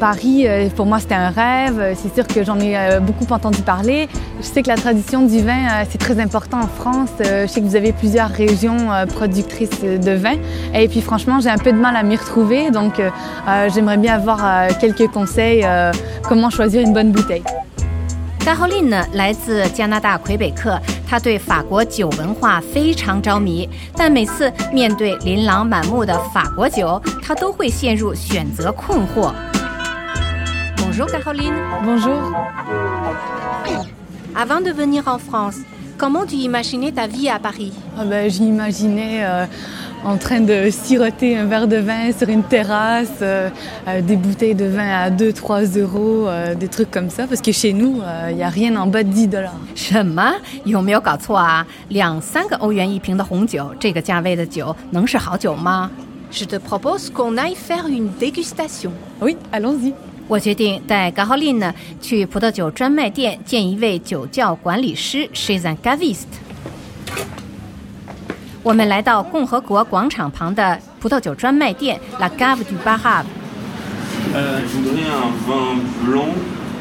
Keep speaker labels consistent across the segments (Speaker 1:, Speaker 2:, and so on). Speaker 1: Paris, euh, pour moi, c'était un rêve. C'est sûr que j'en ai euh, beaucoup entendu parler. Je sais que la tradition du vin, euh, c'est très important en France. Euh, je sais que vous avez plusieurs régions euh, productrices euh, de vin. Et puis, franchement, j'ai un peu de mal à m'y retrouver. Donc, euh, euh, j'aimerais bien avoir euh, quelques conseils euh, comment choisir une bonne bouteille.
Speaker 2: Caroline 呢来自加拿大魁北克，她对法国酒文化非常着迷，但每次面对琳琅满目的法国酒，她都会陷入选择困惑。Bonjour Caroline,
Speaker 1: Bonjour.
Speaker 2: avant de venir en France, comment tu imaginais ta vie à Paris
Speaker 1: Ah ben, je m'imaginais euh, en train de siroter un verre de vin sur une terrasse, euh, euh, des bouteilles de vin à 2-3 euros, euh, des trucs comme ça, parce que chez nous, il n'y a rien en bas de 10 dollars.
Speaker 2: 什么？有没有搞错啊？两三个欧元一瓶的红酒，这个价位的酒能是好酒吗？Je te propose qu'on aille faire une dégustation.
Speaker 1: Oui, allons-y.
Speaker 2: 我决定带 g a h o l i n 去葡萄酒专卖店见一位酒窖管理师 s h i z a n g a v i s t 我们来到共和国广场旁的葡萄酒专卖店 La Gave du b a h a
Speaker 3: Euh, je voudrais un vin blanc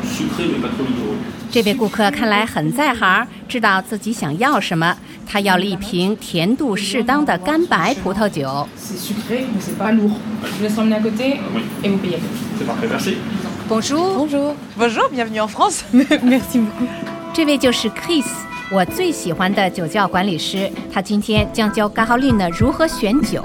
Speaker 3: sucré mais pas trop liquoreux.
Speaker 2: 这位顾客看来很在行，知道自己想要什么。他要了一瓶甜度适当的干白葡萄酒。
Speaker 4: C'est sucré, mais c'est pas lourd. Je vous laisse l'emmener à côté
Speaker 3: Oui.
Speaker 4: et vous payez.
Speaker 3: C'est parfait, merci.
Speaker 2: Bonjour，
Speaker 1: Bonjour.
Speaker 5: Bonjour, bienvenue en France.
Speaker 1: Merci beaucoup.
Speaker 2: 这位就是 Chris，我最喜欢的酒窖管理师。他今天将教 g a h o l i n 如何选酒。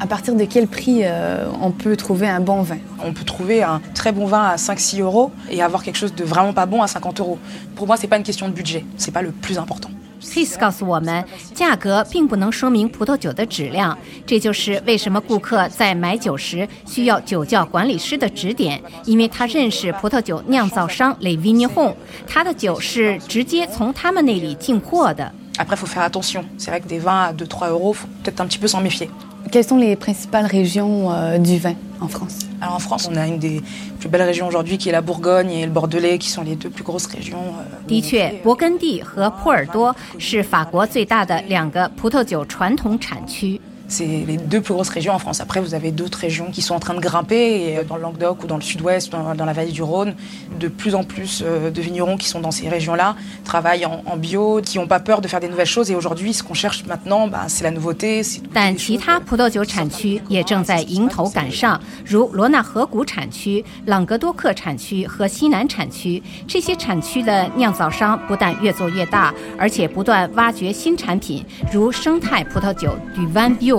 Speaker 1: À partir de quel prix euh, on peut trouver un bon vin
Speaker 5: On peut trouver un très bon vin à 5-6 euros et avoir quelque chose de vraiment pas bon à 50 euros. Pour moi, c'est pas une question de budget, c'est pas le plus important.
Speaker 2: Chris 告诉我们，价格并不能说明葡萄酒的质量，这就是为什么顾客在买酒时需要酒窖管理师的指点，因为他认识葡萄酒酿造商 Le v i g n e r o n 他的酒是直接从他们那里进货的。
Speaker 5: Après, faut faire attention. C'est vrai que des vins à 2-3 euros, faut peut-être un petit peu s'en méfier.
Speaker 1: Quelles sont les principales régions euh, du vin en France
Speaker 5: Alors en France, on a une des plus belles régions aujourd'hui qui est la Bourgogne et le Bordelais, qui sont les deux plus grosses régions. euh,
Speaker 2: 的确，勃艮第和波尔多是法国最大的两个葡萄酒传统产区。
Speaker 5: C'est les deux plus grosses régions en France. Après, vous avez d'autres régions qui sont en train de grimper, et euh, dans le Languedoc ou dans le sud-ouest, dans, dans la vallée du Rhône. De plus en plus euh, de vignerons qui sont dans ces régions-là travaillent en, en bio, qui n'ont pas peur de faire des nouvelles choses. Et aujourd'hui, ce qu'on cherche maintenant, bah, c'est la nouveauté. c'est toutes
Speaker 2: 但
Speaker 5: les
Speaker 2: 其
Speaker 5: choses,
Speaker 2: 他
Speaker 5: euh,
Speaker 2: 葡萄酒产区也正在迎头赶上，如罗纳河谷产区、朗格多克产区和西南产区。这些产区的酿造商不但越做越大，而且不断挖掘新产品，如生态葡萄酒 d u v a n b i o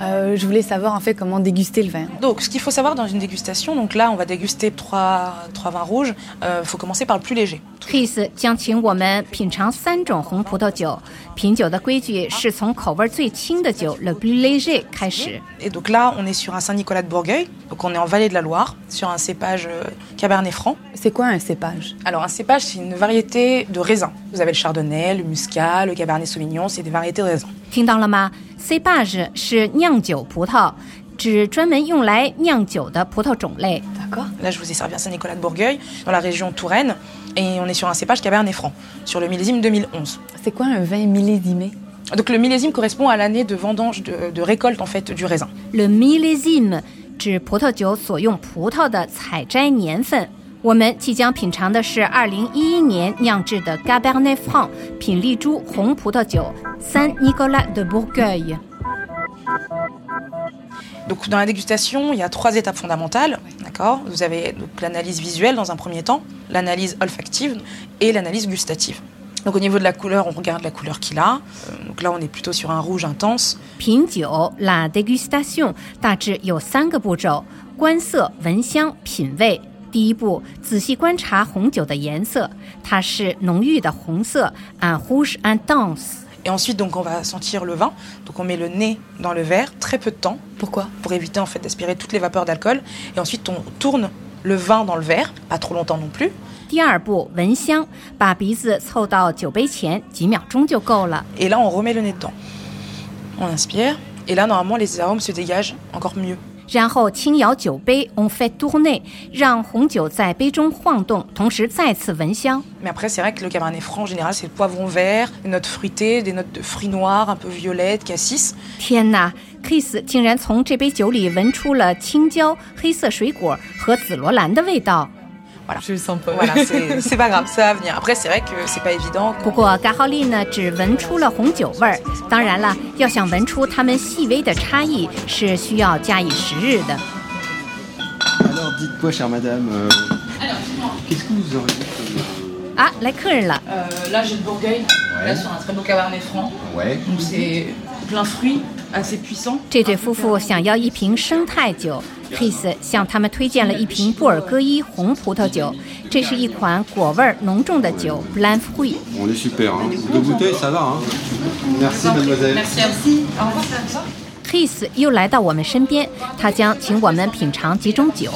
Speaker 1: Euh, Je voulais savoir en fait comment déguster le vin.
Speaker 5: Donc, ce qu'il faut savoir dans une dégustation, donc là, on va déguster trois, trois vins rouges. Il faut commencer par le plus léger.
Speaker 2: Chris 将请我们品尝三种红葡萄酒。品酒的规矩是从口味最轻的酒 Le b l é g e 开始。
Speaker 5: Et donc là, on est sur un Saint-Nicolas de Bourgueil. Donc, on est en vallée de la Loire, sur un cépage euh, Cabernet Franc.
Speaker 1: C'est quoi un cépage
Speaker 5: Alors un cépage, c'est une variété de raisin. Vous avez le chardonnay, le muscat, le cabernet sauvignon, c'est des variétés de raisin.
Speaker 2: 听到了吗？Cépage 是酿酒葡萄，指专门用来酿酒的葡萄种类。
Speaker 1: D'accord.
Speaker 5: Là, je vous ai servi un Saint-Nicolas de Bourgueil, dans la région Touraine, et on est sur un cépage cabernet franc, sur le millésime 2011.
Speaker 1: C'est quoi un vin millésimé
Speaker 5: Donc le millésime correspond à l'année de vendange, de, de récolte en fait du raisin.
Speaker 2: Le millésime 指葡萄酒所用葡萄的采摘年份。我们即将品尝的是2011年酿制的 Cabernet Franc 品丽珠红葡萄酒 Saint Nicolas de Bourgueil。
Speaker 5: Donc dans la dégustation, il y a trois étapes fondamentales, d'accord Vous avez donc l'analyse visuelle dans un premier temps, l'analyse olfactive et l'analyse gustative. Donc au niveau de la couleur, on regarde la couleur qu'il a. Euh, Donc là, on est plutôt sur un rouge intense.
Speaker 2: 品酒 La dégustation 大致有三个步骤：观色、闻香、品味。第一步，仔细观察红酒的颜色，它是浓郁的红色 u n rouge intense。
Speaker 5: Et ensuite, donc, on va sentir le vin. Donc, on met le nez dans le verre, très peu de temps,
Speaker 1: Pourquoi
Speaker 5: pour éviter en fait d'aspirer toutes les vapeurs d'alcool. Et ensuite, on tourne le vin dans le verre, pas trop longtemps non plus.
Speaker 2: 第二步，闻香，把鼻子凑到酒杯前，几秒钟就够了。
Speaker 5: Et là, on remet le nez dedans. on inspire. Et là, normalement, les arômes se dégagent encore mieux.
Speaker 2: 然后轻摇酒杯 on fait tourner，让红酒在杯中晃动，同时再次闻香。
Speaker 5: Mais après, c'est vrai que le cabernet franc, en général, c'est le poivron vert, des notes fruitées, des notes de fruits noirs, un peu violettes, cassis.
Speaker 2: 天哪，Kiss 竟然从这杯酒里闻出了青椒、黑色水果和紫罗兰的味道。
Speaker 4: Je le sens pas.
Speaker 5: Euh, Voilà, c'est c'est pas grave, ça va venir. Après, c'est vrai que c'est pas évident.
Speaker 2: 不过 g a h o l i 呢，只闻出了红酒味儿。当然了，要想闻出它们细微的差异，是需要加以时日的。
Speaker 6: Alors dites-moi, chère madame, euh, qu'est-ce que vous aurez dit comme,
Speaker 2: 啊，来客人了，
Speaker 4: Euh, là, j'ai le Bourgueil. Là, sur un très beau cabernet franc.
Speaker 6: euh, Ouais.
Speaker 4: Donc, c'est plein fruits, assez puissant.
Speaker 2: 这对夫妇想要一瓶生态酒。Kiss 向他们推荐了一瓶布尔戈伊红葡萄酒，这是一款果味儿浓重的酒 b l a n f r u i
Speaker 6: On est super. Hein. Deux bouteilles, ça va. Hein. Merci, mademoiselle.
Speaker 4: Merci à vous. Au revoir.
Speaker 2: Kiss 又来到我们身边，他将请我们品尝几种酒。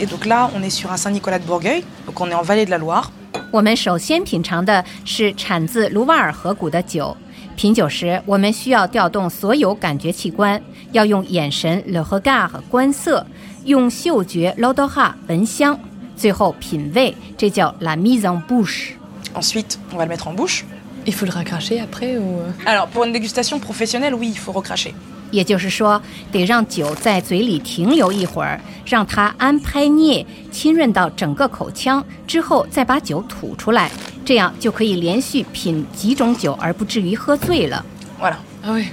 Speaker 5: Et donc là, on est sur un Saint-Nicolas de Bourgueil, donc on est en vallée de la Loire.
Speaker 2: 我们首先品尝的是产自卢瓦尔河谷的酒。品酒时，我们需要调动所有感觉器官，要用眼神 le regard 观色，用嗅觉 l o d o h a 闻香，最后品味，这叫 la mise en bouche。
Speaker 5: Ensuite, on va le mettre en bouche.
Speaker 7: Il faut le raccracher après ou... euh
Speaker 5: Alors, pour une dégustation professionnelle, oui, il faut recracher.
Speaker 2: 也就是说，得让酒在嘴里停留一会儿，让它安拍涅浸润到整个口腔，之后再把酒吐出来，这样就可以连续品几种酒而不至于喝醉了。
Speaker 5: Voilà.
Speaker 7: Ah ouais.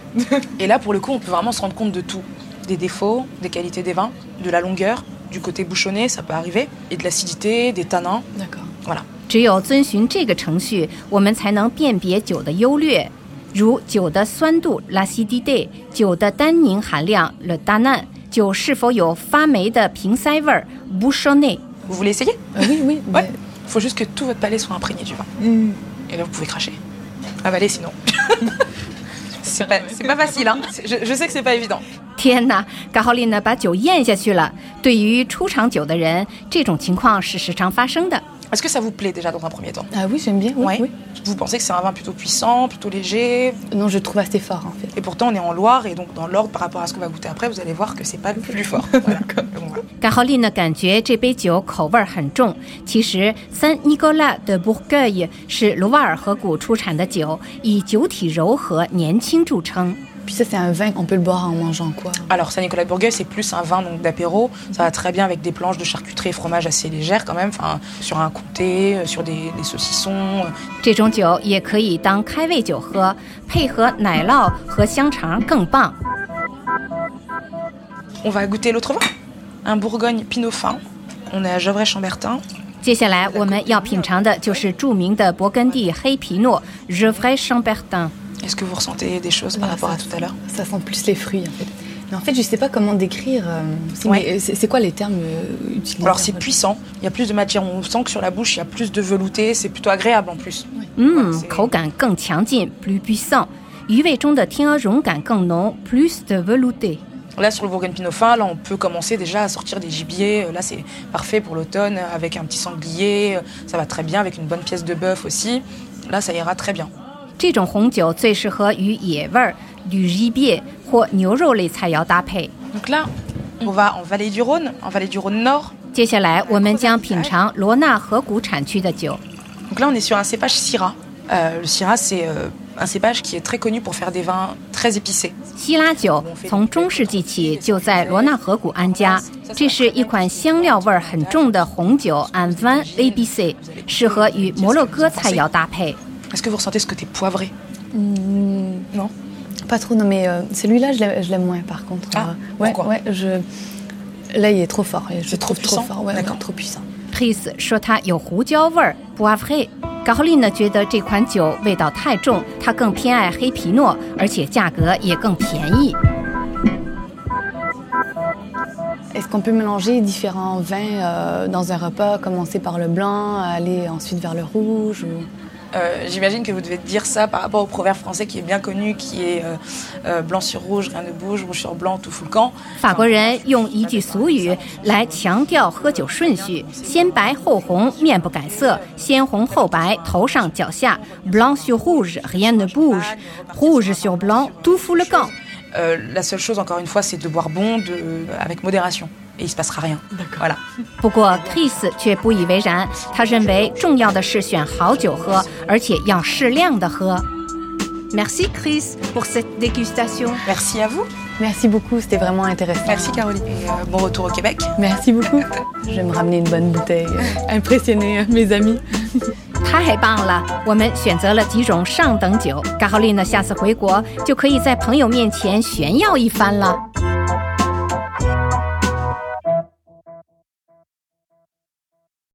Speaker 5: Et là, pour le coup, on peut vraiment se rendre compte de tout. Des défauts, des qualités des vins, de la longueur, du côté bouchonné, ça peut arriver, et de l'acidité, des tanins.
Speaker 7: D'accord.
Speaker 5: Voilà.
Speaker 2: 只有遵循这个程序，我们才能辨别酒的优劣，如酒的酸度 l a c i d i t é 酒的单宁含量 （le tanin），酒是否有发霉的瓶塞味儿 b o u c h o n n é
Speaker 5: Vous voulez essayer
Speaker 1: Euh,
Speaker 7: Ah oui, oui.
Speaker 5: Ouais.
Speaker 1: Ben,
Speaker 7: mais-
Speaker 5: Faut juste que tout votre palais soit imprégné du vin.
Speaker 4: Mm.
Speaker 5: Et là, vous pouvez cracher. Avaler sinon. c'est pas, c'est pas facile, hein. C'est- Je, je sais que c'est pas évident.
Speaker 2: 天哪，嘎浩林呢把酒咽下去了。对于初尝酒的人，这种情况是时常发生的。
Speaker 5: Est-ce que ça vous plaît déjà dans un premier temps
Speaker 7: Ah oui, j'aime bien. Oui,
Speaker 5: Ouais.
Speaker 7: oui.
Speaker 5: Vous pensez que c'est un vin plutôt puissant, plutôt léger
Speaker 7: Non, je le trouve assez fort en fait.
Speaker 5: Et pourtant, on est en Loire, et donc dans l'ordre par rapport à ce qu'on va goûter après, vous allez voir que c'est pas le plus fort. Voilà. Bon, voilà.
Speaker 2: 嘎浩林呢感觉这杯酒口味儿很重。其实，San Nicolas de Bourgogne 是卢瓦尔河谷出产的酒，以酒体柔和、年轻著称。
Speaker 7: Puis ça, c'est un vin qu'on peut le boire en mangeant quoi.
Speaker 5: Alors, Saint-Nicolas de Bourgueil, c'est plus un vin donc d'apéro. Ça va très bien avec des planches de charcuterie et fromage assez légères quand même, enfin, sur un comté, euh, sur des, des saucissons. euh.
Speaker 2: 这种酒也可以当开胃酒喝，配合奶酪和香肠更棒。
Speaker 5: On va goûter l'autre vin. Un Bourgogne Pinot fin. On est à Gevrey-Chambertin.
Speaker 2: 接下来我们要品尝的就是著名的勃艮第黑皮诺 g e v r a y Chambertin。
Speaker 5: Est-ce que vous ressentez des choses par
Speaker 7: Ah,
Speaker 5: rapport
Speaker 7: ça,
Speaker 5: à tout à l'heure
Speaker 7: Ça sent plus les fruits en fait. Mais en fait, je sais pas comment décrire. euh, c'est-
Speaker 5: Ouais.
Speaker 7: mais c'est c'est quoi les termes euh, utilisés
Speaker 5: Alors c'est
Speaker 7: Ouais.
Speaker 5: puissant, il y a plus de matière, on sent que sur la bouche il y a plus de velouté, c'est plutôt agréable en plus.
Speaker 2: 嗯，
Speaker 5: C'est-
Speaker 2: 口感更强劲，plus puissant，余味中的天鹅绒感更浓，plus de velouté。
Speaker 5: Là sur le Bourgogne Pinot fin, là on peut commencer déjà à sortir des gibiers, Euh, là c'est parfait pour l'automne euh, avec un petit sanglier, Euh, ça va très bien avec une bonne pièce de bœuf aussi. Là ça ira très bien.
Speaker 2: 这种红酒最适合与野味儿、吕鸡便或牛肉类菜肴搭配。
Speaker 5: Donc là, on va en Vallée du Rhône, en Vallée du Rhône Nord.
Speaker 2: 接下来我们将品尝罗纳河谷产区的酒。
Speaker 5: Donc là on est sur un cépage Syrah. Euh, le Syrah c'est euh, un cépage qui est très connu pour faire des vins très épicés.
Speaker 2: 希拉酒从中世纪起就在罗纳河谷安家，这是一款香料味儿很重的红酒 a n v i n A B C，适合与摩洛哥菜肴搭配。
Speaker 5: Est-ce que vous ressentez ce côté poivré Non
Speaker 7: Pas trop, non, mais euh, celui-là, je l'aime je l'aime moins par contre.
Speaker 5: Ah,
Speaker 7: Euh, ouais,
Speaker 5: pourquoi
Speaker 7: ouais, je. Là, il est trop fort. et Je
Speaker 5: C'est
Speaker 7: le
Speaker 5: trop
Speaker 7: trouve
Speaker 5: puissant
Speaker 7: trop fort. Ouais, ouais,
Speaker 5: D'accord.
Speaker 7: trop puissant.
Speaker 2: Please 说它有胡椒味儿 b o i v r e 高丽呢觉得这款酒味道太重，他更偏爱黑皮诺，而且价格也更便宜。
Speaker 7: Est-ce qu'on peut mélanger différents vins euh, dans un repas, commencer par le blanc, aller ensuite vers le rouge ou...
Speaker 5: Euh, J'imagine que vous devez dire ça par rapport au proverbe français qui est bien connu, qui est euh, euh, blanc sur rouge, rien ne bouge, rouge sur blanc, tout fout le camp.
Speaker 2: 法国人用一句俗语来强调喝酒顺序：先白后红，面不改色；先红后白，头上脚下。Blanc sur rouge, rien ne bouge. Rouge sur blanc, tout fout le camp.
Speaker 5: Euh, la seule chose, encore une fois, c'est de boire bon, de, avec modération. Et il se passera rien. Voilà.
Speaker 2: 不过，Chris 却不以为然，他认为重要的是选好酒喝，而且要适量的喝。Merci Chris pour cette dégustation.
Speaker 5: Merci à vous.
Speaker 7: Merci beaucoup, c'était vraiment intéressant.
Speaker 5: Merci Caroline. Et, euh, bon retour au Québec.
Speaker 7: Merci beaucoup. Je vais me ramener une bonne bouteille, euh, impressionner euh, mes amis.
Speaker 2: 太棒了！我们选择了几种上等酒，卡好丽呢，下次回国就可以在朋友面前炫耀一番了。